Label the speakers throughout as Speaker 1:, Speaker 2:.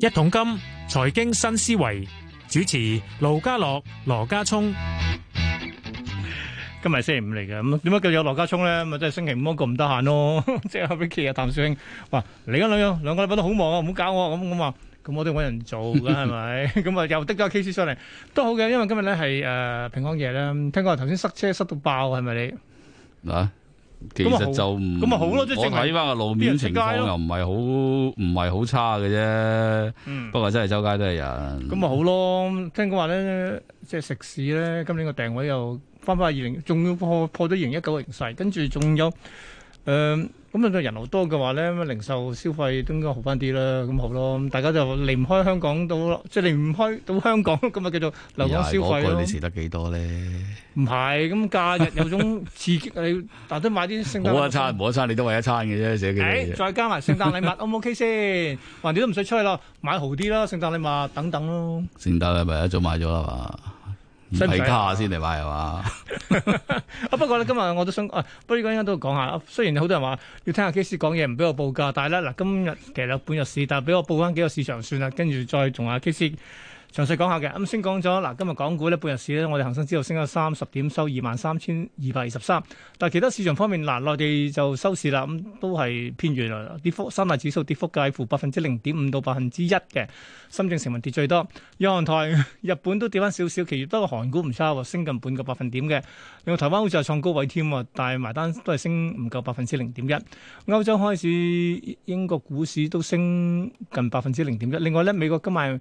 Speaker 1: 一桶金財經新思維主持盧家樂、羅家聰。
Speaker 2: 今日星期五嚟嘅，咁點解叫有羅家聰咧？咪即係星期五嗰個唔得閒咯， 即係 Vicky 啊、譚少卿話嚟緊兩樣兩個禮拜都好忙啊，唔好搞我咁咁話，咁我都要揾人做㗎係咪？咁啊又得咗 case 上嚟都好嘅，因為今日咧係誒平安夜啦，聽講頭先塞車塞到爆係咪你？
Speaker 3: 嗱，其
Speaker 2: 咁咪啊好
Speaker 3: 實就唔
Speaker 2: 咁咪好咯即係
Speaker 3: 我
Speaker 2: 證明
Speaker 3: 睇翻個路面情況又唔係好唔係好差嘅啫。
Speaker 2: 嗯
Speaker 3: 不過真係周街都係人。
Speaker 2: 咁咪好咯，聽講話咧，即係食肆咧，今年個訂位又翻返去二零，仲要破破咗二零一九嘅形勢，跟住仲有誒，呃咁、啊人流多嘅話咧，咁零售消費都應該好翻啲啦，咁好咯，咁大家就離唔開香港到，即係離唔開到香港， 咁咪叫做留港消費
Speaker 3: 又哎係嗰句
Speaker 2: 咯
Speaker 3: 你。食得幾多咧？
Speaker 2: 唔係，咁假日有種刺激， 你但都買啲聖誕禮物
Speaker 3: 冇一餐，冇一餐，你都為一餐嘅啫，食得
Speaker 2: 誒，
Speaker 3: 幾多啫？
Speaker 2: 再加埋聖誕禮物 O 唔 OK 先？橫掂都唔使出去咯，買豪啲啦，聖誕禮物等等咯。
Speaker 3: 聖誕禮物一早買咗啦嘛，唔
Speaker 2: 使唔使
Speaker 3: 睇
Speaker 2: 啊
Speaker 3: 卡先嚟買係 嘛？
Speaker 2: 啊，不過咧，今日我都想，啊、不如講緊都講下。啊雖然好多人話要聽下 K 師講嘢，唔俾我報價，但係咧嗱，今日其實有半日市，但係俾我報翻幾個市場算啦，跟住再同阿 K 師詳細講下嘅。咁、先講咗嗱，今日港股咧半日市咧，我哋恒生指數升咗三十點，收二萬三千二百二十三。但係其他市場方面，嗱、內地就收市啦，咁、都係偏軟啦，跌幅三大指數跌幅介乎百分之零點五到百分之一嘅。深證成分跌最多，日韓台日本都跌翻少少，其餘不過韓股唔差喎，升近半個百分點嘅。另外台灣好似係創高位添喎，但係埋單都係升唔夠百分之零點一。歐洲開始英國股市都升近百分之零點一。另外咧，美國今晚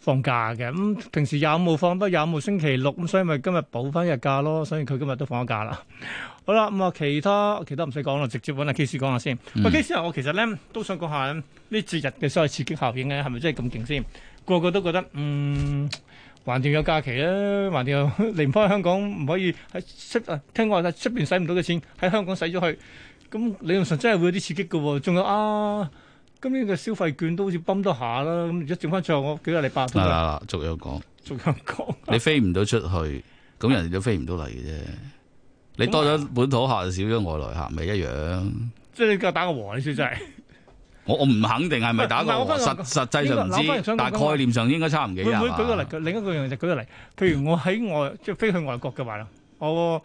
Speaker 2: 放假嘅，咁、平時廿五號放，不過廿五號星期六，咁所以咪今日補翻日假咯，所以佢今日都放咗假啦。好啦，咁、啊，其他其他唔使講啦，直接揾阿 K 師講下先。喂、K 師啊，我其實咧都想講下呢節日嘅所謂刺激效應咧，啊係咪真係咁勁先？個個都覺得嗯。橫掂有假期啦，橫掂又離唔開香港，唔可以喺出啊聽講話出邊使唔到嘅錢喺香港使咗去，咁理論上真係會有啲刺激嘅喎。仲有啊，今年嘅消費券都好似泵多下啦，咁而家剩翻最後我幾個禮拜
Speaker 3: 嗱
Speaker 2: 都
Speaker 3: 嗱嗱，逐樣講，
Speaker 2: 仲有講，
Speaker 3: 你飛唔到出去，咁人哋都飛唔到嚟嘅啫。你多咗本土客，少咗外來客，咪一樣。
Speaker 2: 即係你夠打個和你先真係。
Speaker 3: 我我唔肯定係咪打
Speaker 2: 唔
Speaker 3: 過
Speaker 2: 係我
Speaker 3: 和，
Speaker 2: 翻
Speaker 3: 實
Speaker 2: 嚟
Speaker 3: 實際上唔
Speaker 2: 應該嗱翻嚟
Speaker 3: 知
Speaker 2: 想，
Speaker 3: 但
Speaker 2: 講
Speaker 3: 係概念上應該差唔幾
Speaker 2: 會
Speaker 3: 啊
Speaker 2: 唔會舉個例
Speaker 3: 嘛？？
Speaker 2: 另一個樣就舉個例，譬如我喺外即係飛去外國嘅話啦，我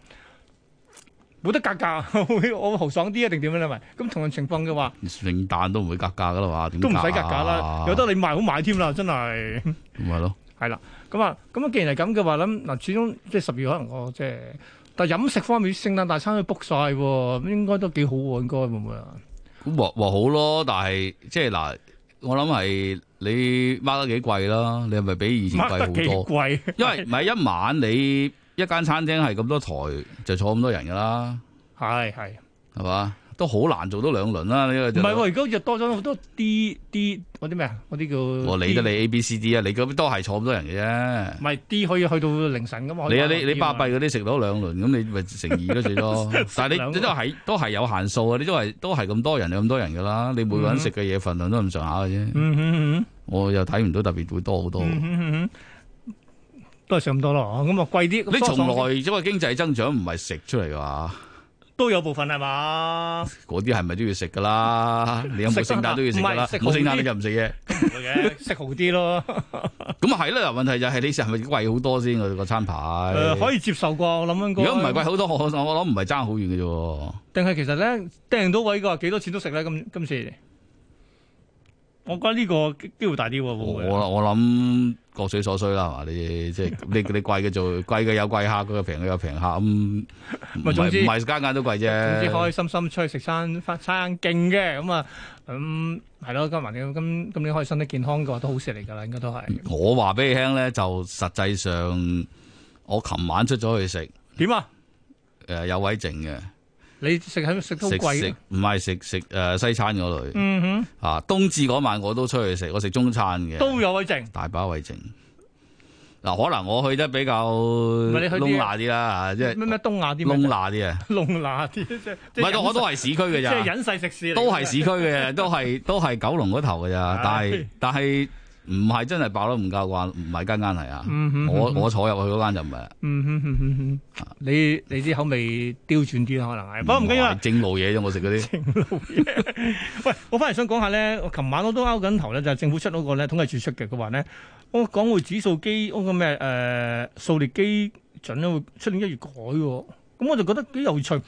Speaker 2: 冇得格 價，我會我會豪爽啲一定點樣咧？咪咁同樣情況嘅話。
Speaker 3: 聖誕都唔啊會格價噶啦嘛，點
Speaker 2: 都唔使
Speaker 3: 格
Speaker 2: 格價啦，有得你賣好賣添啦，真係
Speaker 3: 咪係咯，
Speaker 2: 係啦。咁啊，咁啊，既然係咁嘅話，咁嗱，始終即係十月可能我即係，但係飲食方面，聖誕大餐去 book 晒喎，咁應該都幾好喎，應該會唔會啊？
Speaker 3: 咁和和好咯，但係即係嗱，我諗係你掹得幾貴啦，你係咪比以前貴
Speaker 2: 得幾
Speaker 3: 好多？
Speaker 2: 貴，
Speaker 3: 因為唔係一晚你一間餐廳係咁多台就坐咁多人噶啦，
Speaker 2: 係係，
Speaker 3: 係嘛？都好難做到兩輪啦，呢個
Speaker 2: 唔
Speaker 3: 就
Speaker 2: 係喎？而家又多咗好多 D D 嗰啲咩啊？嗰啲叫
Speaker 3: 我理得哦你 A B C D 啊，你咁都係坐咁多人嘅啫
Speaker 2: 唔。係 D 可以去到凌晨噶嘛？
Speaker 3: 你啊，你你巴閉嗰啲食到兩輪，咁你咪乘二咯最多。 但係
Speaker 2: 兩輪
Speaker 3: 你你都係都係有限數啊！你都係都係咁多人，有咁多人噶啦。你每個人食嘅嘢份量都咁上下嘅啫。
Speaker 2: 嗯哼嗯哼。
Speaker 3: 我又睇唔到特別會多好多。
Speaker 2: 嗯
Speaker 3: 你
Speaker 2: 哼嗯哼都係上咁多咯，咁啊貴啲。咁疏
Speaker 3: 從
Speaker 2: 爽啲
Speaker 3: 來因為經濟增長唔係食出嚟㗎嘛，
Speaker 2: 都有部分 係嘛？
Speaker 3: 嗰啲係咪都要食㗎 啦？你有冇聖誕都要食㗎啦？
Speaker 2: 唔係食
Speaker 3: 冇聖誕
Speaker 2: 好啲
Speaker 3: 你就唔食嘢。
Speaker 2: 唔會嘅，食豪啲咯。
Speaker 3: 咁啊係啦，問題就係你係咪貴好多先啊個個餐牌？
Speaker 2: 誒、可以接受啩，我諗應該。
Speaker 3: 如果唔係貴好多，我我諗唔係爭好遠嘅啫喎。
Speaker 2: 定係其實咧訂到位嘅話，幾多錢都食咧。今今次，我覺得呢個機會大啲喎，會唔會啊？
Speaker 3: 我我諗各取所需啦，係嘛？你 即係你你貴嘅做貴嘅有貴客，佢平嘅有平客，咁唔
Speaker 2: 咪總之
Speaker 3: 係唔係間間都貴
Speaker 2: 總之開
Speaker 3: 啫。
Speaker 2: 心心出去食餐翻餐勁嘅咁啊，咁係咯，今環境今今年可以身體健康嘅話，都好事嚟㗎啦，應該都係。
Speaker 3: 我話俾你聽咧，就實際上我琴晚出咗去食，誒、
Speaker 2: 點啊？
Speaker 3: 有位剩嘅，
Speaker 2: 你食喺食得好
Speaker 3: 食
Speaker 2: 貴
Speaker 3: 食
Speaker 2: 啊
Speaker 3: 唔係食食誒、呃西餐嗰類、
Speaker 2: 嗯哼，
Speaker 3: 啊。冬至嗰晚我都出去食，我食中餐嘅，
Speaker 2: 都有位剩。
Speaker 3: 大把位剩。嗱，可能我去得比較
Speaker 2: 係你去啲啊
Speaker 3: 窿罅啲啦，即係
Speaker 2: 咩咩東亞啲
Speaker 3: 窿
Speaker 2: 咩
Speaker 3: 罅啲啊，
Speaker 2: 窿罅啲，即係
Speaker 3: 唔
Speaker 2: 即
Speaker 3: 係
Speaker 2: 係
Speaker 3: 我都係市區
Speaker 2: 隱世
Speaker 3: 嘅
Speaker 2: 即
Speaker 3: 咋。
Speaker 2: 係隱世食肆嚟㗎。
Speaker 3: 都係市區嘅，都係都係九龍嗰頭嘅咋，但係但係唔係真係爆得唔夠慣，唔係間間係啊。
Speaker 2: 嗯哼
Speaker 3: 我
Speaker 2: 嗯哼
Speaker 3: 我坐入去嗰間就唔係，
Speaker 2: 嗯哼哼哼哼，你你啲口味刁轉啲啊可能
Speaker 3: 嗯
Speaker 2: 係，不過唔緊要
Speaker 3: 係
Speaker 2: 啦。
Speaker 3: 正路嘢啫，我食嗰啲。
Speaker 2: 喂，我反而想講下咧，我琴晚我都拗緊頭咧，就係政府出嗰個咧統計處出嘅，佢話咧，我港匯指數基嗰個咩誒呃數列基準咧，會出年一月改喎。咁我就覺得幾有趣。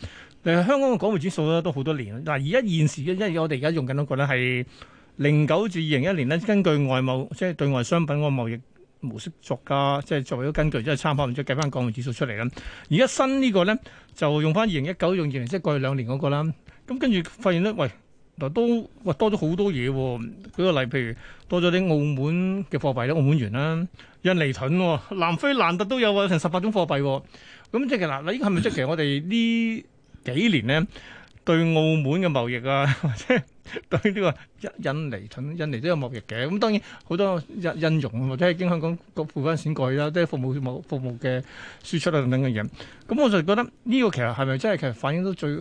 Speaker 2: 誒，香港嘅港匯指數咧都好多年啦。嗱，而家現時因為我哋而家用緊嗰個咧係零九至二零一年咧，根據外貿即係對外商品嗰個貿易模式作家，即係作為一個根據，即係參考，然之後計翻港匯指數出嚟啦。而家新呢個咧就用翻二零一九用二零，即係過去兩年嗰個啦。咁跟住發現咧，喂。嗱都喂多咗好多嘢喎、舉個例，譬如多咗啲澳門嘅貨幣咧，澳門元啦、印尼盾、喎，南非蘭特都有啊，成十八種貨幣喎、咁即係嗱，呢個係咪即係其實我哋呢幾年咧對澳門嘅貿易啊， 或者對呢個印尼盾、印尼都有貿易嘅？咁當然好多印印傭或者係經香港付翻錢過去啦，即係服務服務服務嘅輸出啊等等嘅嘢。咁我就覺得呢個其實係咪真係其實反映到最？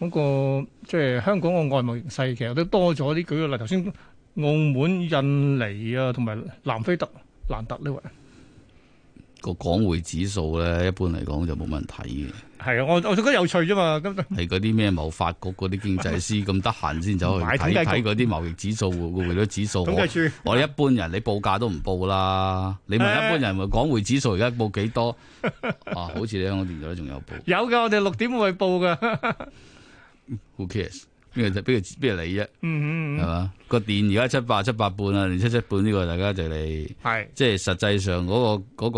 Speaker 2: 嗰、個即係香港個外貿形勢，其實都多咗啲。舉個例，頭先澳門、印尼啊，同埋南非特蘭特呢位
Speaker 3: 個港匯指數咧，一般嚟講就冇乜人睇嘅，
Speaker 2: 係啊，我我就覺得有趣啫嘛。咁
Speaker 3: 係嗰啲咩貿發局嗰啲經濟師咁得閒先走去
Speaker 2: 買
Speaker 3: 睇
Speaker 2: 統計
Speaker 3: 睇
Speaker 2: 局
Speaker 3: 嗰啲貿易指數、匯匯率指數。
Speaker 2: 統
Speaker 3: 我
Speaker 2: 計處
Speaker 3: 我一般人你報價都唔報啦，你問一般人咪港匯指數而家報幾 多？啊，好似你香港電台都仲有報
Speaker 2: 有㗎，我哋六點會報㗎。
Speaker 3: ，Who cares？邊個邊個邊個你啫？
Speaker 2: 嗯嗯
Speaker 3: 係
Speaker 2: 嗯，
Speaker 3: 嘛？個電而家七八七八半啊，連七七半呢個大家就嚟。
Speaker 2: 係
Speaker 3: 即係實際上嗰、個嗰、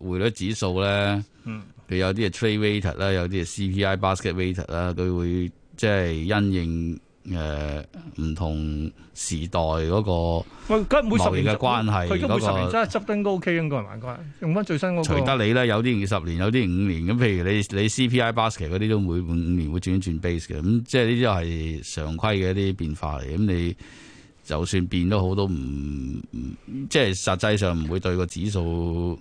Speaker 3: 個匯率指數咧，
Speaker 2: 嗯
Speaker 3: 佢有啲係 trade weighted 啦，有啲係 CPI basket weighted 啦，佢會即係因應誒唔、同時代嗰、
Speaker 2: 喂，佢每十
Speaker 3: 貿易
Speaker 2: 年
Speaker 3: 嘅
Speaker 2: 就
Speaker 3: 關係
Speaker 2: 佢而家每十
Speaker 3: 嗰
Speaker 2: 年
Speaker 3: 個
Speaker 2: 真係執燈都 OK 應該係嘛？應該用翻最新
Speaker 3: 個
Speaker 2: 嗰
Speaker 3: 隨
Speaker 2: 個。
Speaker 3: 得你啦，有啲二十年，有啲五年咁。譬如你你 CPI basket 嗰啲都每五年會轉一轉 base 嘅，咁即係呢啲都係常規嘅一啲變化嚟。咁你就算變都好，都唔唔即係實際上唔會對個指數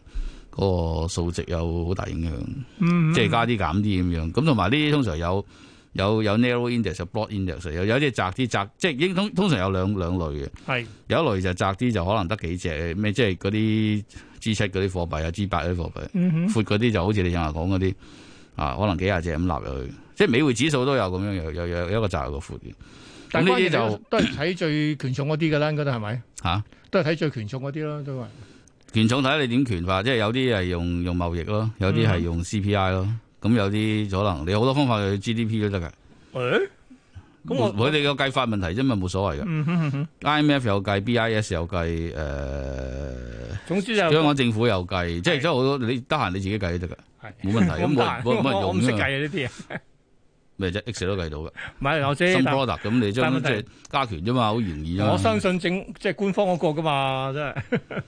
Speaker 3: 嗰個數值有好大影響。
Speaker 2: 嗯，
Speaker 3: 即係加啲減啲咁樣。咁同埋呢啲通常有有有 narrow index、有 broad index，有有啲窄啲窄，即係應通通常有兩兩類嘅。
Speaker 2: 係
Speaker 3: 有一類就窄啲，就可能得幾隻咩，即係嗰啲 G 七嗰啲貨幣啊、G 八嗰啲貨幣，
Speaker 2: 嗯哼
Speaker 3: 闊嗰啲就好似你正話講嗰啲啊，可能幾廿隻咁納入去。即係美匯指數都有咁樣，有有有有一個窄有一個闊嘅。咁
Speaker 2: 但
Speaker 3: 呢
Speaker 2: 係關
Speaker 3: 啲
Speaker 2: 鍵
Speaker 3: 就
Speaker 2: 都係睇最權重嗰啲㗎啦，應該都係咪？
Speaker 3: 嚇。
Speaker 2: 都係睇最權重嗰啲咯，都係。
Speaker 3: 權重睇你點權法，即係有啲係用用貿易咯，有啲係
Speaker 2: 嗯
Speaker 3: 用 CPI 咯，咁有啲可能你好多方法去 GDP 都得㗎。
Speaker 2: 誒，咁我
Speaker 3: 佢哋個計法問題啫嘛，冇所謂㗎。
Speaker 2: 嗯嗯哼嗯哼，
Speaker 3: IMF 有計，BIS 有計，誒、呃
Speaker 2: 總之
Speaker 3: 香
Speaker 2: 就。
Speaker 3: 港政府有計，即係
Speaker 2: 係
Speaker 3: 即係好多你得閒你自己計都得噶，
Speaker 2: 係
Speaker 3: 冇問題。
Speaker 2: 我
Speaker 3: 咁
Speaker 2: 唔得閒
Speaker 3: 冇冇
Speaker 2: 我我唔
Speaker 3: 冇
Speaker 2: 識
Speaker 3: 乜用
Speaker 2: 計
Speaker 3: 啊？
Speaker 2: 啊呢啲嘢，
Speaker 3: 咩啫？X 都計到噶
Speaker 2: 唔係我知
Speaker 3: ，some
Speaker 2: 但
Speaker 3: product 咁你將
Speaker 2: 但問
Speaker 3: 即
Speaker 2: 題
Speaker 3: 係加權啫嘛，好容易啫嘛。
Speaker 2: 我相信政即係官方嗰個噶嘛，真係。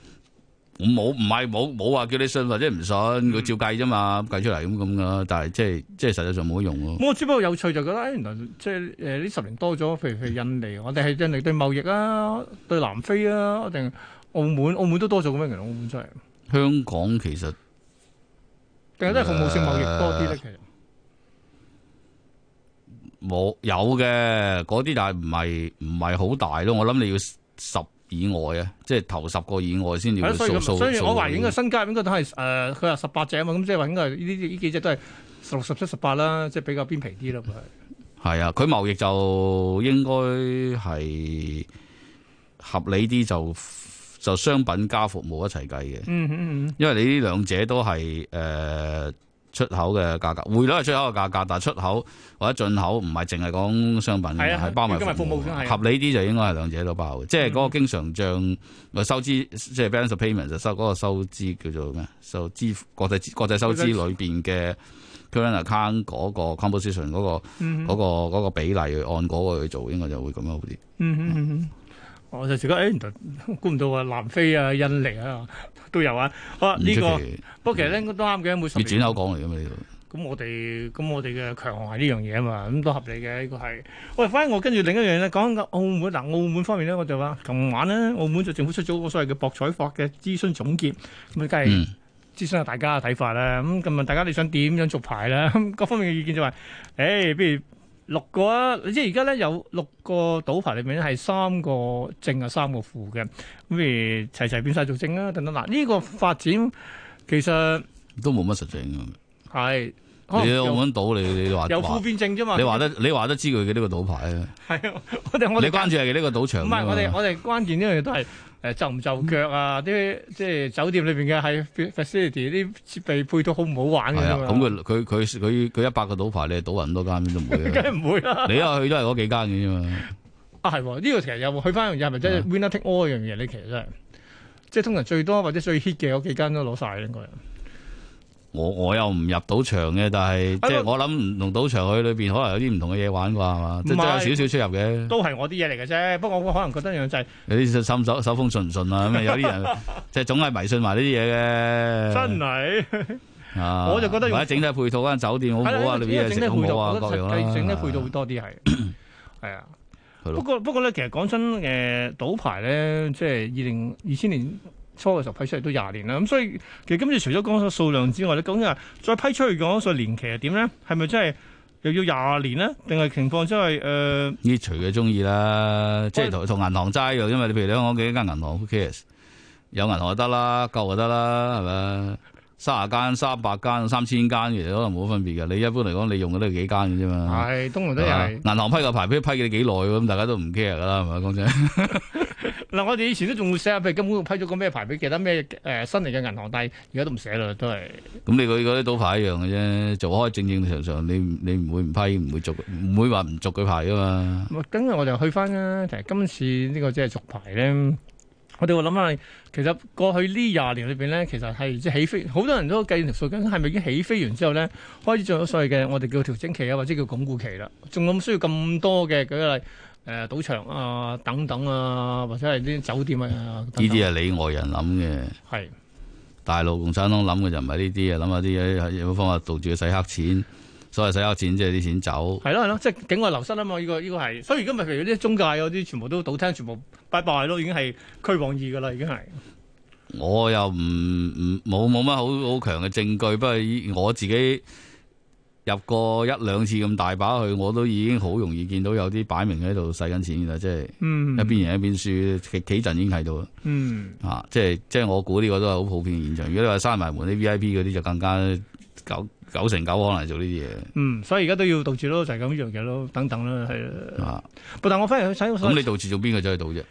Speaker 3: 我冇唔係冇冇話叫你信或者唔信，
Speaker 2: 嗯
Speaker 3: 佢照計啫嘛，計出嚟咁咁噶。但係即係即係實際上冇乜用咯。
Speaker 2: 我只不過有趣就覺得，哎原來即係誒呢十年多咗，譬如譬如印尼，我哋係印尼對貿易啊，對南非啊，定澳門，澳門都多咗咁樣，其實澳門真係，
Speaker 3: 香港其實
Speaker 2: 定係都係服務性貿易多啲咧，其實。
Speaker 3: 冇有嘅嗰啲，但係唔係唔係好大咯。我諗你要十以外啊，即係頭十個以外先
Speaker 2: 係
Speaker 3: 要
Speaker 2: 咯，所以
Speaker 3: 數
Speaker 2: 咁啊
Speaker 3: 數。
Speaker 2: 所以我懷疑應該
Speaker 3: 數
Speaker 2: 新加坡應該都係誒，佢話十八隻啊嘛，咁即係話應該係呢啲呢幾隻都係十六、十七、十八啦，即係比較邊皮啲啦，佢
Speaker 3: 係啊，佢貿易就應該係合理啲，就就商品加服務一齊計嘅，
Speaker 2: 嗯嗯嗯，
Speaker 3: 因為你呢兩者都係誒、呃出口嘅價格，匯率係出口嘅價格，但係出口或者進口唔係淨係講商品
Speaker 2: 係
Speaker 3: 嘅，
Speaker 2: 啊
Speaker 3: 係包埋
Speaker 2: 應該係
Speaker 3: 服務
Speaker 2: 服務
Speaker 3: 嘅。
Speaker 2: 嘅係
Speaker 3: 合理啲就應該係兩者都包嘅，即係嗰
Speaker 2: 嗯
Speaker 3: 個經常帳咪收支，即係 balance of payment 就收嗰個收支叫做咩？收支國際國際收支裏邊嘅 current account 嗰個 composition 嗰、個。
Speaker 2: 嗯
Speaker 3: 嗰、個嗰個比例去按嗰個去做，應該就會咁樣好啲。
Speaker 2: 嗯嗯嗯嗯，我就覺得誒，哎原來估唔到啊，南非啊、印尼啊都有啊。好啊，
Speaker 3: 唔
Speaker 2: 呢、
Speaker 3: 出
Speaker 2: 個
Speaker 3: 奇，
Speaker 2: 不過其實咧應該都啱嘅，每十
Speaker 3: 越轉
Speaker 2: 年。
Speaker 3: 口講嚟噶嘛呢度。
Speaker 2: 咁我哋咁我哋嘅強項係呢樣嘢啊嘛，咁都合理嘅呢個係。喂，反正我跟住另一樣咧講緊澳門嗱，澳門方面咧我就話，琴晚咧澳門就政府出咗個所謂嘅博彩法嘅諮詢總結，咁梗係。
Speaker 3: 嗯，
Speaker 2: 諮詢下大家嘅睇法啦。咁咁問大家你想點樣續牌啦？咁各方面嘅意見就話、誒、不如六個啊，即係而家咧有六個賭牌裏面咧係三個正啊，三個負嘅，咁而齊齊變晒做正啦，等等嗱，呢、個發展其實
Speaker 3: 都冇乜實際影響。
Speaker 2: 係可能
Speaker 3: 你
Speaker 2: 由
Speaker 3: 我揾到你，你話
Speaker 2: 由
Speaker 3: 話
Speaker 2: 負變正啫嘛，
Speaker 3: 你話得你話得知佢嘅呢個賭牌啊？
Speaker 2: 係啊， 我哋我
Speaker 3: 你
Speaker 2: 哋
Speaker 3: 關注係呢個賭場
Speaker 2: 唔
Speaker 3: 㗎
Speaker 2: 係
Speaker 3: 嘛
Speaker 2: 我哋我哋關鍵呢樣嘢都係誒就唔就腳啊，啲即係酒店裏邊嘅係 facility 啲設備配套好唔好玩嘅
Speaker 3: 係啊，
Speaker 2: 啫嘛
Speaker 3: 咁佢佢佢佢佢一百個賭牌，你係賭人多間都唔會
Speaker 2: 梗
Speaker 3: 啊。
Speaker 2: 係唔會啦。
Speaker 3: 你啊去都係嗰幾間嘅啫嘛。
Speaker 2: 啊，係喎，呢、個其實有冇去翻樣嘢係咪真
Speaker 3: 嗯
Speaker 2: 係 winner take all 一樣嘢咧？其實真係，即係通常最多或者最 hit 嘅嗰幾間都攞晒應該。
Speaker 3: 嗯我我又唔入賭場嘅，但係即係我諗唔同賭場去裏邊可能有啲唔同嘅嘢玩啩，係嘛？即
Speaker 2: 唔係
Speaker 3: 係有少少出入嘅。
Speaker 2: 都係我啲嘢嚟嘅啫，不過我可能覺得一樣就係、
Speaker 3: 有啲手手手風順唔順啊？咁啊，有啲 人即係總係迷信埋呢啲嘢嘅。
Speaker 2: 真係，
Speaker 3: 啊，
Speaker 2: 我就覺得用
Speaker 3: 或者整體配套間酒店好唔好啊？裏
Speaker 2: 因
Speaker 3: 邊
Speaker 2: 為
Speaker 3: 嘢
Speaker 2: 整
Speaker 3: 食
Speaker 2: 體
Speaker 3: 好
Speaker 2: 配
Speaker 3: 唔
Speaker 2: 套，
Speaker 3: 好
Speaker 2: 我覺
Speaker 3: 啊？各
Speaker 2: 得
Speaker 3: 樣
Speaker 2: 計
Speaker 3: 啦。
Speaker 2: 整體配套會多 啲係，係啊。
Speaker 3: 係咯
Speaker 2: 不過不過咧，其實講真，誒、賭牌咧，即係二零二千年初嘅時候批出嚟都廿年啦，咁所以其實今次除咗講個數量之外咧，究竟係再批出去講個年期係點咧？係咪真係又要廿年咧？定係情況真係誒？呃
Speaker 3: 呢除嘅中意啦，即係同同銀行齋嘅，因為你譬如你香港幾間銀行，who cares？有銀行就得啦，夠就得啦，係咪？三十間、三百間、三千間，其實可能冇分別嘅。你一般嚟講，你用嘅都係幾間嘅啫嘛。
Speaker 2: 係，東龍都
Speaker 3: 係嘛
Speaker 2: 係。
Speaker 3: 銀行批個牌，批批你幾耐咁，大家都唔 care 噶啦，係咪？講 真，
Speaker 2: 嗱，我哋以前都仲會寫下，譬如根本批咗個咩牌俾其他咩誒、呃新嚟嘅銀行，但係而家都唔寫啦，都係。
Speaker 3: 咁你嗰啲賭牌一樣嘅啫，做開正正常常，你唔你唔會唔批，唔會續，唔會話唔續佢牌噶嘛。
Speaker 2: 咁跟住我就去翻啦。其實今次呢個即係續牌咧，我哋會諗下，其實過去呢廿年裏邊咧，其實係即係起飛，好多人都計條數，究竟係咪已經起飛完之後咧，開始進入所謂嘅我哋叫調整期啊，或者叫鞏固期啦，仲有冇需要咁多嘅舉個例誒賭場啊等等啊，或者係啲酒店啊呢
Speaker 3: 呢啲係你外人諗嘅。
Speaker 2: 係
Speaker 3: 大陸共產黨諗嘅就唔係呢啲啊，諗下啲嘢有冇方法杜住佢洗黑錢。所謂洗黑錢即係啲錢走，
Speaker 2: 係咯係咯，即係境外流失啊嘛！呢、個呢、個係，所以而家咪譬如啲中介嗰啲，全部都倒聽，全部拜拜咯，已經係區往二噶啦，已經係。
Speaker 3: 我又唔唔冇冇乜好好強嘅證據，不過依我自己入過一兩次咁大把去，我都已經好容易見到有啲擺明喺度洗緊錢啦，即係
Speaker 2: 嗯
Speaker 3: 一邊贏一邊輸，企企陣已經睇到啦
Speaker 2: 嗯，
Speaker 3: 啊！即係即係我估呢個都係好普遍嘅現象。如果你話閂埋門啲 V I P 嗰啲就更加九九成九可能係做呢啲
Speaker 2: 嗯，所以而家都要杜絕咯，就係咁樣嘢咯，等等啦，係啦。
Speaker 3: 嘢啊！
Speaker 2: 不但我反而去睇
Speaker 3: 咁你杜住做邊個走去賭啫？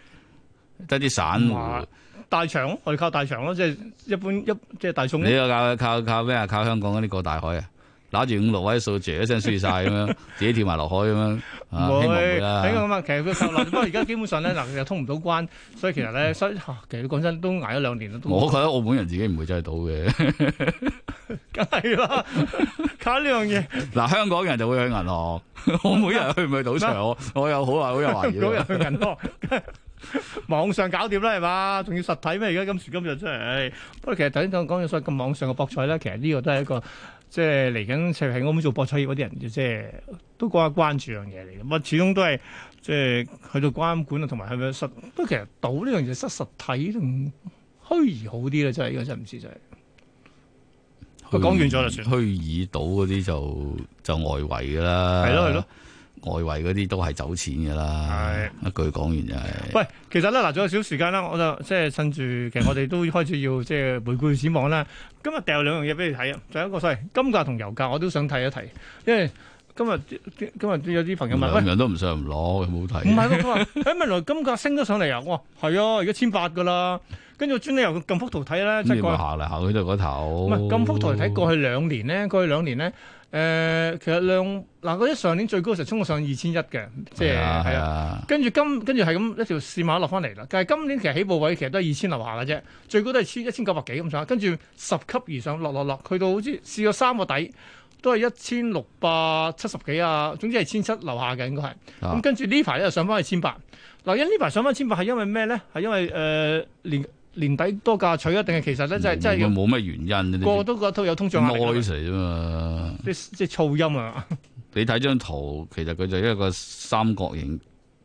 Speaker 3: 得啲散戶。
Speaker 2: 大場咯，我哋靠大場咯，即係一般一即係大眾咯
Speaker 3: 你。又靠靠靠咩啊？靠香港嗰啲過大海啊！揦住五六位數，嚼一聲輸晒咁 樣，自己跳埋落海咁樣，啊
Speaker 2: 唔
Speaker 3: 希望唔會
Speaker 2: 會，睇
Speaker 3: 啦。
Speaker 2: 咁啊，其實佢受落，不過而家基本上 咧，嗱又通唔到關，所以其實咧，所以嚇其實講真都捱咗兩年啦，都
Speaker 3: 我覺得澳門人自己唔會真係賭嘅，
Speaker 2: 梗係啦，靠呢樣嘢，
Speaker 3: 嗱香港人就會去銀行， 澳門人去唔去賭場？我我有好話啊好有懷
Speaker 2: 香
Speaker 3: 疑
Speaker 2: 港
Speaker 3: 喎。
Speaker 2: 人去銀行， 網上搞掂啦係嘛？仲要實體咩？而家今時今日真係，唉不過其實頭先講講咗所謂咁網上嘅博彩咧，其實呢個都係一個即係嚟緊，譬如喺澳門做博彩業嗰啲人，即係都關關注樣嘢嚟嘅。咁啊，始終都係即係去到監管啊，同埋係咪實？不過其實賭呢樣嘢失實體定虛擬好啲咧，真係呢個真係唔知真係。我講完咗就算
Speaker 3: 虛擬賭嗰啲就就外圍噶啦，
Speaker 2: 係咯係咯，
Speaker 3: 外圍嗰啲都係走錢噶啦。一句講完就係。
Speaker 2: 喂，其實咧嗱，仲有少少時間啦，我就即係趁住，其實我哋都開始要即係回顧展望啦。今日掉兩樣嘢俾你睇啊，就有一個所謂金價同油價，我都想睇一睇，因為今日今日都有啲朋友啊問，喂
Speaker 3: 兩，樣都唔上唔落，有冇睇？
Speaker 2: 唔係喎，佢話誒原來金價升咗上嚟啊，我話係啊，而家千八噶啦，跟住我專登由咁幅圖睇咧，即
Speaker 3: 咁
Speaker 2: 係
Speaker 3: 你
Speaker 2: 過
Speaker 3: 咪
Speaker 2: 去
Speaker 3: 行嚟行去都係嗰頭。
Speaker 2: 唔係咁幅圖嚟睇過去兩年咧，過去兩年咧，誒、其實量嗱嗰啲上年最高嘅時候衝過上二千一嘅，即係
Speaker 3: 係啊
Speaker 2: 係
Speaker 3: 係
Speaker 2: 啊。
Speaker 3: 啊。
Speaker 2: 跟住今跟住係咁一條線馬落翻嚟啦。但係今年其實起步位其實都係二千樓下嘅啫，最高都係千一千九百幾咁上下。跟住十級而上落落落，去到好似試過三個底，都係一千六百七十幾啊。總之係千七樓下嘅應該係。咁
Speaker 3: 啊
Speaker 2: 跟住呢排咧上翻去千八。嗱，因為呢排上翻千八係因為咩咧？係因為誒、呃、年年底多價取啊，定係其實咧即係即係
Speaker 3: 冇冇乜原因
Speaker 2: 個個
Speaker 3: 呢
Speaker 2: 都覺得有通脹
Speaker 3: 啲
Speaker 2: 壓力啊
Speaker 3: noise 嚟啫嘛。
Speaker 2: 即即係噪音啊。
Speaker 3: 你睇張圖，其實佢就一個三角形，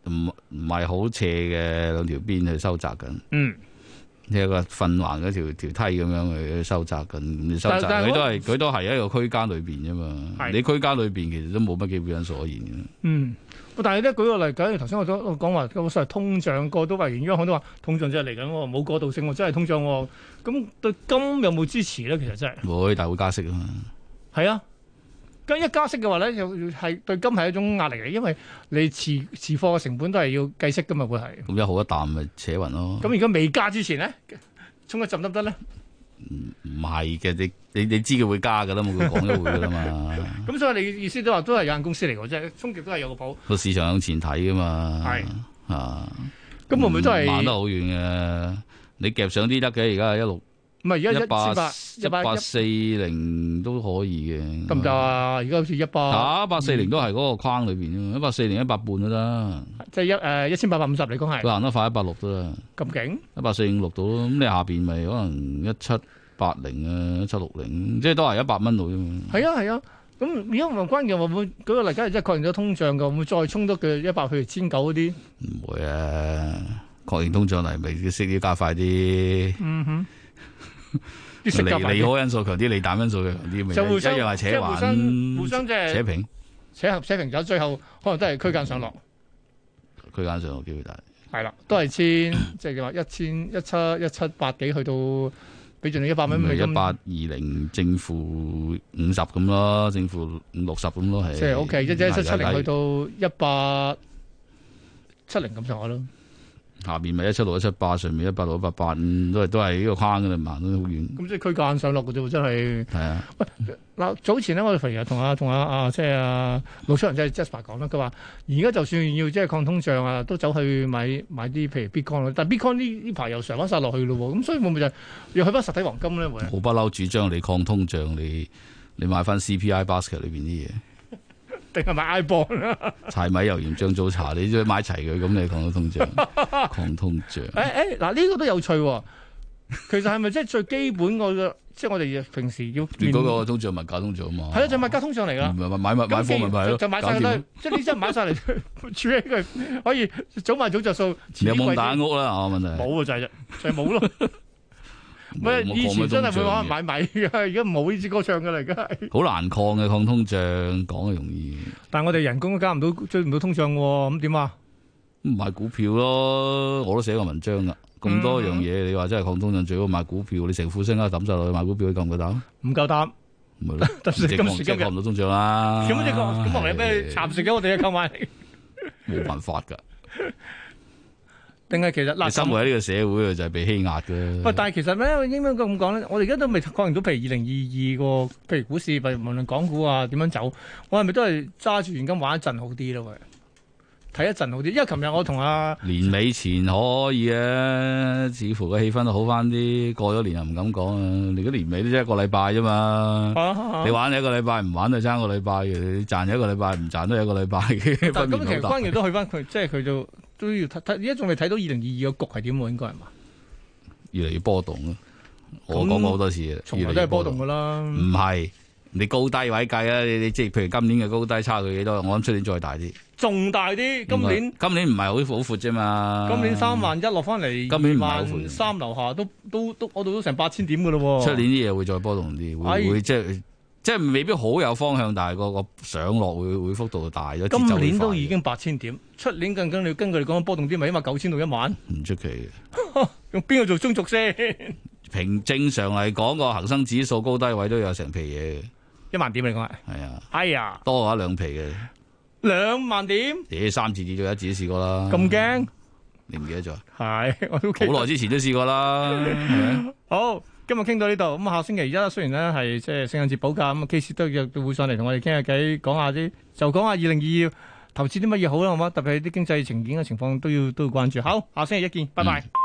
Speaker 3: 唔唔係好斜嘅兩條邊去收窄緊。
Speaker 2: 嗯，
Speaker 3: 一個瞓橫嗰條條梯咁樣去收窄緊，咁你收窄
Speaker 2: 但但係
Speaker 3: 佢
Speaker 2: 我
Speaker 3: 都係佢都係一個區間裏邊啫嘛。
Speaker 2: 係
Speaker 3: 你區間裏邊其實都冇乜基本因所言嘅。
Speaker 2: 嗯，但係咧舉個例，假如頭先我都我講話咁所謂通脹過都話，連央行都話通脹真係嚟緊喎，冇過渡性喎，真係通脹喎。咁對金有冇支持咧？其實真係
Speaker 3: 會，但係會加息啊嘛。
Speaker 2: 係啊。咁一加息嘅話咧，又要係對金係一種壓力嚟，因為你持持貨嘅成本都係要計息噶嘛，會係。
Speaker 3: 咁一好一啖咪扯暈咯。
Speaker 2: 咁而家未加之前咧，衝一浸得唔得咧？
Speaker 3: 唔係嘅，你你你知佢會加㗎啦嘛，佢講咗會㗎 啦嘛。
Speaker 2: 咁所以你意思都話都係有限公司嚟嘅啫，衝極都係有個譜。
Speaker 3: 個市場向前睇㗎嘛。
Speaker 2: 係
Speaker 3: 啊，
Speaker 2: 咁會唔會都係
Speaker 3: 慢得好遠嘅？你夾上啲得嘅，而家一六
Speaker 2: 唔係而家一
Speaker 3: 一
Speaker 2: 千
Speaker 3: 八
Speaker 2: 八
Speaker 3: 一
Speaker 2: 一八
Speaker 3: 八
Speaker 2: 一
Speaker 3: 四零都可以嘅。啊
Speaker 2: 得唔得啊？而家好似一百
Speaker 3: 打一八四零都係嗰個框裏邊啫嘛，一八四零一百半都得，
Speaker 2: 即係一誒一千八百五十嚟講
Speaker 3: 佢
Speaker 2: 係
Speaker 3: 行得快一百六都得，
Speaker 2: 咁勁。
Speaker 3: 一八四五六到咯。咁你下邊咪可能一七八零啊，一七六零，即係都係一百蚊度啫嘛。
Speaker 2: 係啊係啊，咁而家問關鍵會唔會舉個例，假如真係確認咗通脹嘅，會唔會再衝多佢一百譬如千九嗰啲？
Speaker 3: 唔會啊，確認通脹嚟咪息要加快啲，
Speaker 2: 嗯哼，啲息價
Speaker 3: 利利
Speaker 2: 就
Speaker 3: 好因素強啲，利淡因素強啲，咪
Speaker 2: 就互
Speaker 3: 一
Speaker 2: 相
Speaker 3: 樣係
Speaker 2: 即
Speaker 3: 扯
Speaker 2: 係互相互
Speaker 3: 環
Speaker 2: 相即
Speaker 3: 扯
Speaker 2: 係
Speaker 3: 平，
Speaker 2: 扯合扯平咗，最後可能都係區間上落。
Speaker 3: 區間上有機會大。
Speaker 2: 係啦，都係 千，即係話一千一七一七百幾去到，俾盡你一百蚊美金
Speaker 3: 一，八二零正負五十咁咯，正負五六十咁咯，係。
Speaker 2: 即係 OK，一一七七零
Speaker 3: 係
Speaker 2: 去到一百七零咁上下咯。
Speaker 3: 下面咪一七六一七八，上面一八六一八八，嗯都係都係呢個框噶啦，行得好遠。
Speaker 2: 咁即係區間上落嘅啫，真係。
Speaker 3: 係啊，
Speaker 2: 嗱，早前咧，我哋成日同阿同阿阿即係阿老出人即係 Jasper 講啦，佢話而家就算要即係抗通脹啊，都走去買買啲譬如 Bitcoin 啦，但 Bitcoin 呢呢排又上翻晒落去咯喎，咁所以會唔會就要去翻實體黃金咧？會
Speaker 3: 我不嬲主張你抗通脹，你你買翻 CPI basket 裏邊啲
Speaker 2: 定係買 iBond 咧？
Speaker 3: 嘢，柴米油鹽醬醋茶，你都要買齊佢，咁你抗到通 脹，抗通
Speaker 2: 誒
Speaker 3: 脹。
Speaker 2: 誒，嗱呢個都有趣喎。其實係咪即係最基本我嘅，即係我哋平時要
Speaker 3: 你
Speaker 2: 面
Speaker 3: 嗰個通脹物價通脹嘛？
Speaker 2: 係啦，啊就物價通脹嚟㗎。
Speaker 3: 唔係買買買
Speaker 2: 咁
Speaker 3: 買
Speaker 2: 既
Speaker 3: 貨咪
Speaker 2: 然
Speaker 3: 買
Speaker 2: 就
Speaker 3: 咯，
Speaker 2: 就買
Speaker 3: 搞
Speaker 2: 晒佢
Speaker 3: 掂
Speaker 2: 啦。，即係呢真係買晒嚟 處理佢，可以早買早着數。
Speaker 3: 你有冇
Speaker 2: 遲啲貴
Speaker 3: 咁大間屋啦？我問題
Speaker 2: 冇啊，就係啫，就係冇咯。唔係
Speaker 3: 冇
Speaker 2: 以前真係會可能買
Speaker 3: 冇
Speaker 2: 米嘅，而家冇呢支歌唱嘅啦，而家係。
Speaker 3: 好難抗嘅抗通脹，講係容易，
Speaker 2: 但係我哋人工都加唔到，追唔到通脹喎，咁點啊？
Speaker 3: 咁買股票咯，我都寫過文章噶。咁多樣
Speaker 2: 嗯
Speaker 3: 嘢，你話真係抗通脹最好買股票，你成副身家抌晒落去買股票，你夠唔 夠膽？
Speaker 2: 唔夠膽，
Speaker 3: 唔係咯，
Speaker 2: 特
Speaker 3: 即
Speaker 2: 別
Speaker 3: 係
Speaker 2: 今
Speaker 3: 抗
Speaker 2: 時
Speaker 3: 即
Speaker 2: 今
Speaker 3: 係
Speaker 2: 日
Speaker 3: 抗。唔到通脹啦。
Speaker 2: 咁即係講咁落嚟咩？蠶食咗我哋嘅購買力，
Speaker 3: 冇辦法㗎，
Speaker 2: 定係其實
Speaker 3: 你
Speaker 2: 嗱，
Speaker 3: 生活喺呢個社會就係被欺壓
Speaker 2: 喂，
Speaker 3: 嘅。
Speaker 2: 但係其實咧，應該咁講咧，我哋而家都未確認到，譬如二零二二個，譬如股市，譬如無論港股啊點樣走，我係咪都係揸住現金玩一陣好啲咧？喂，睇一陣好啲，因為琴日我同阿
Speaker 3: 年尾前可以嘅，似乎個氣氛都好翻啲。過咗年又唔敢講啊！你嗰年尾都一個禮拜啫嘛。
Speaker 2: 啊
Speaker 3: 你玩一個禮拜，唔玩就爭個禮拜嘅；你賺一個禮拜，唔賺都一個禮拜嘅。
Speaker 2: 但
Speaker 3: 分
Speaker 2: 咁其實
Speaker 3: 別好大
Speaker 2: 關。鍵都去翻佢，即係佢就都要睇睇，而家仲未睇到二零二二個局係點喎，應該係嘛？
Speaker 3: 越嚟越波動咯。我
Speaker 2: 咁
Speaker 3: 講過好多次嘅，
Speaker 2: 從
Speaker 3: 越嚟
Speaker 2: 來
Speaker 3: 越
Speaker 2: 都係波動噶啦。
Speaker 3: 唔係你高低位計啊！你你即係譬如今年嘅高低差距幾多？我諗出年再大啲。
Speaker 2: 仲大啲，今年
Speaker 3: 今年唔係好好闊啫嘛。
Speaker 2: 今年三萬一落翻嚟，
Speaker 3: 嗯啊今年唔係好
Speaker 2: 萬
Speaker 3: 闊
Speaker 2: 三樓下都都都我度都成八千點噶咯喎。
Speaker 3: 出年啲嘢會再波動啲，會
Speaker 2: 哦哎
Speaker 3: 會即係即係未必好有方向，但係個個上落會會幅度大咗。節奏
Speaker 2: 今
Speaker 3: 會
Speaker 2: 年都
Speaker 3: 快
Speaker 2: 已經八千點，出年更加你要根據你講波動啲，咪起碼九千到一萬，
Speaker 3: 唔出奇嘅。
Speaker 2: 用邊個做中軸 先？
Speaker 3: 平正常嚟講，個恒生指數高低位都有成皮嘢嘅，
Speaker 2: 一萬點嚟講係，
Speaker 3: 係啊，
Speaker 2: 哎呀，
Speaker 3: 多嘅話兩皮嘅，
Speaker 2: 兩萬點
Speaker 3: 咦三次跌咗一次都試過啦。
Speaker 2: 咁驚？
Speaker 3: 你唔記得咗？
Speaker 2: 係，我都記得
Speaker 3: 啊好耐之前都試過 啦，係咪
Speaker 2: 好，今日傾到呢度，咁啊下星期一啦，雖然咧係即係聖誕節補假，咁啊 K 都約會上嚟同我哋傾下偈，講下啲就講下二零二二投資啲乜嘢好啦，好嘛？特別係啲經濟情件嘅情況都要都要關注。好，下星期一見，拜拜。
Speaker 3: 嗯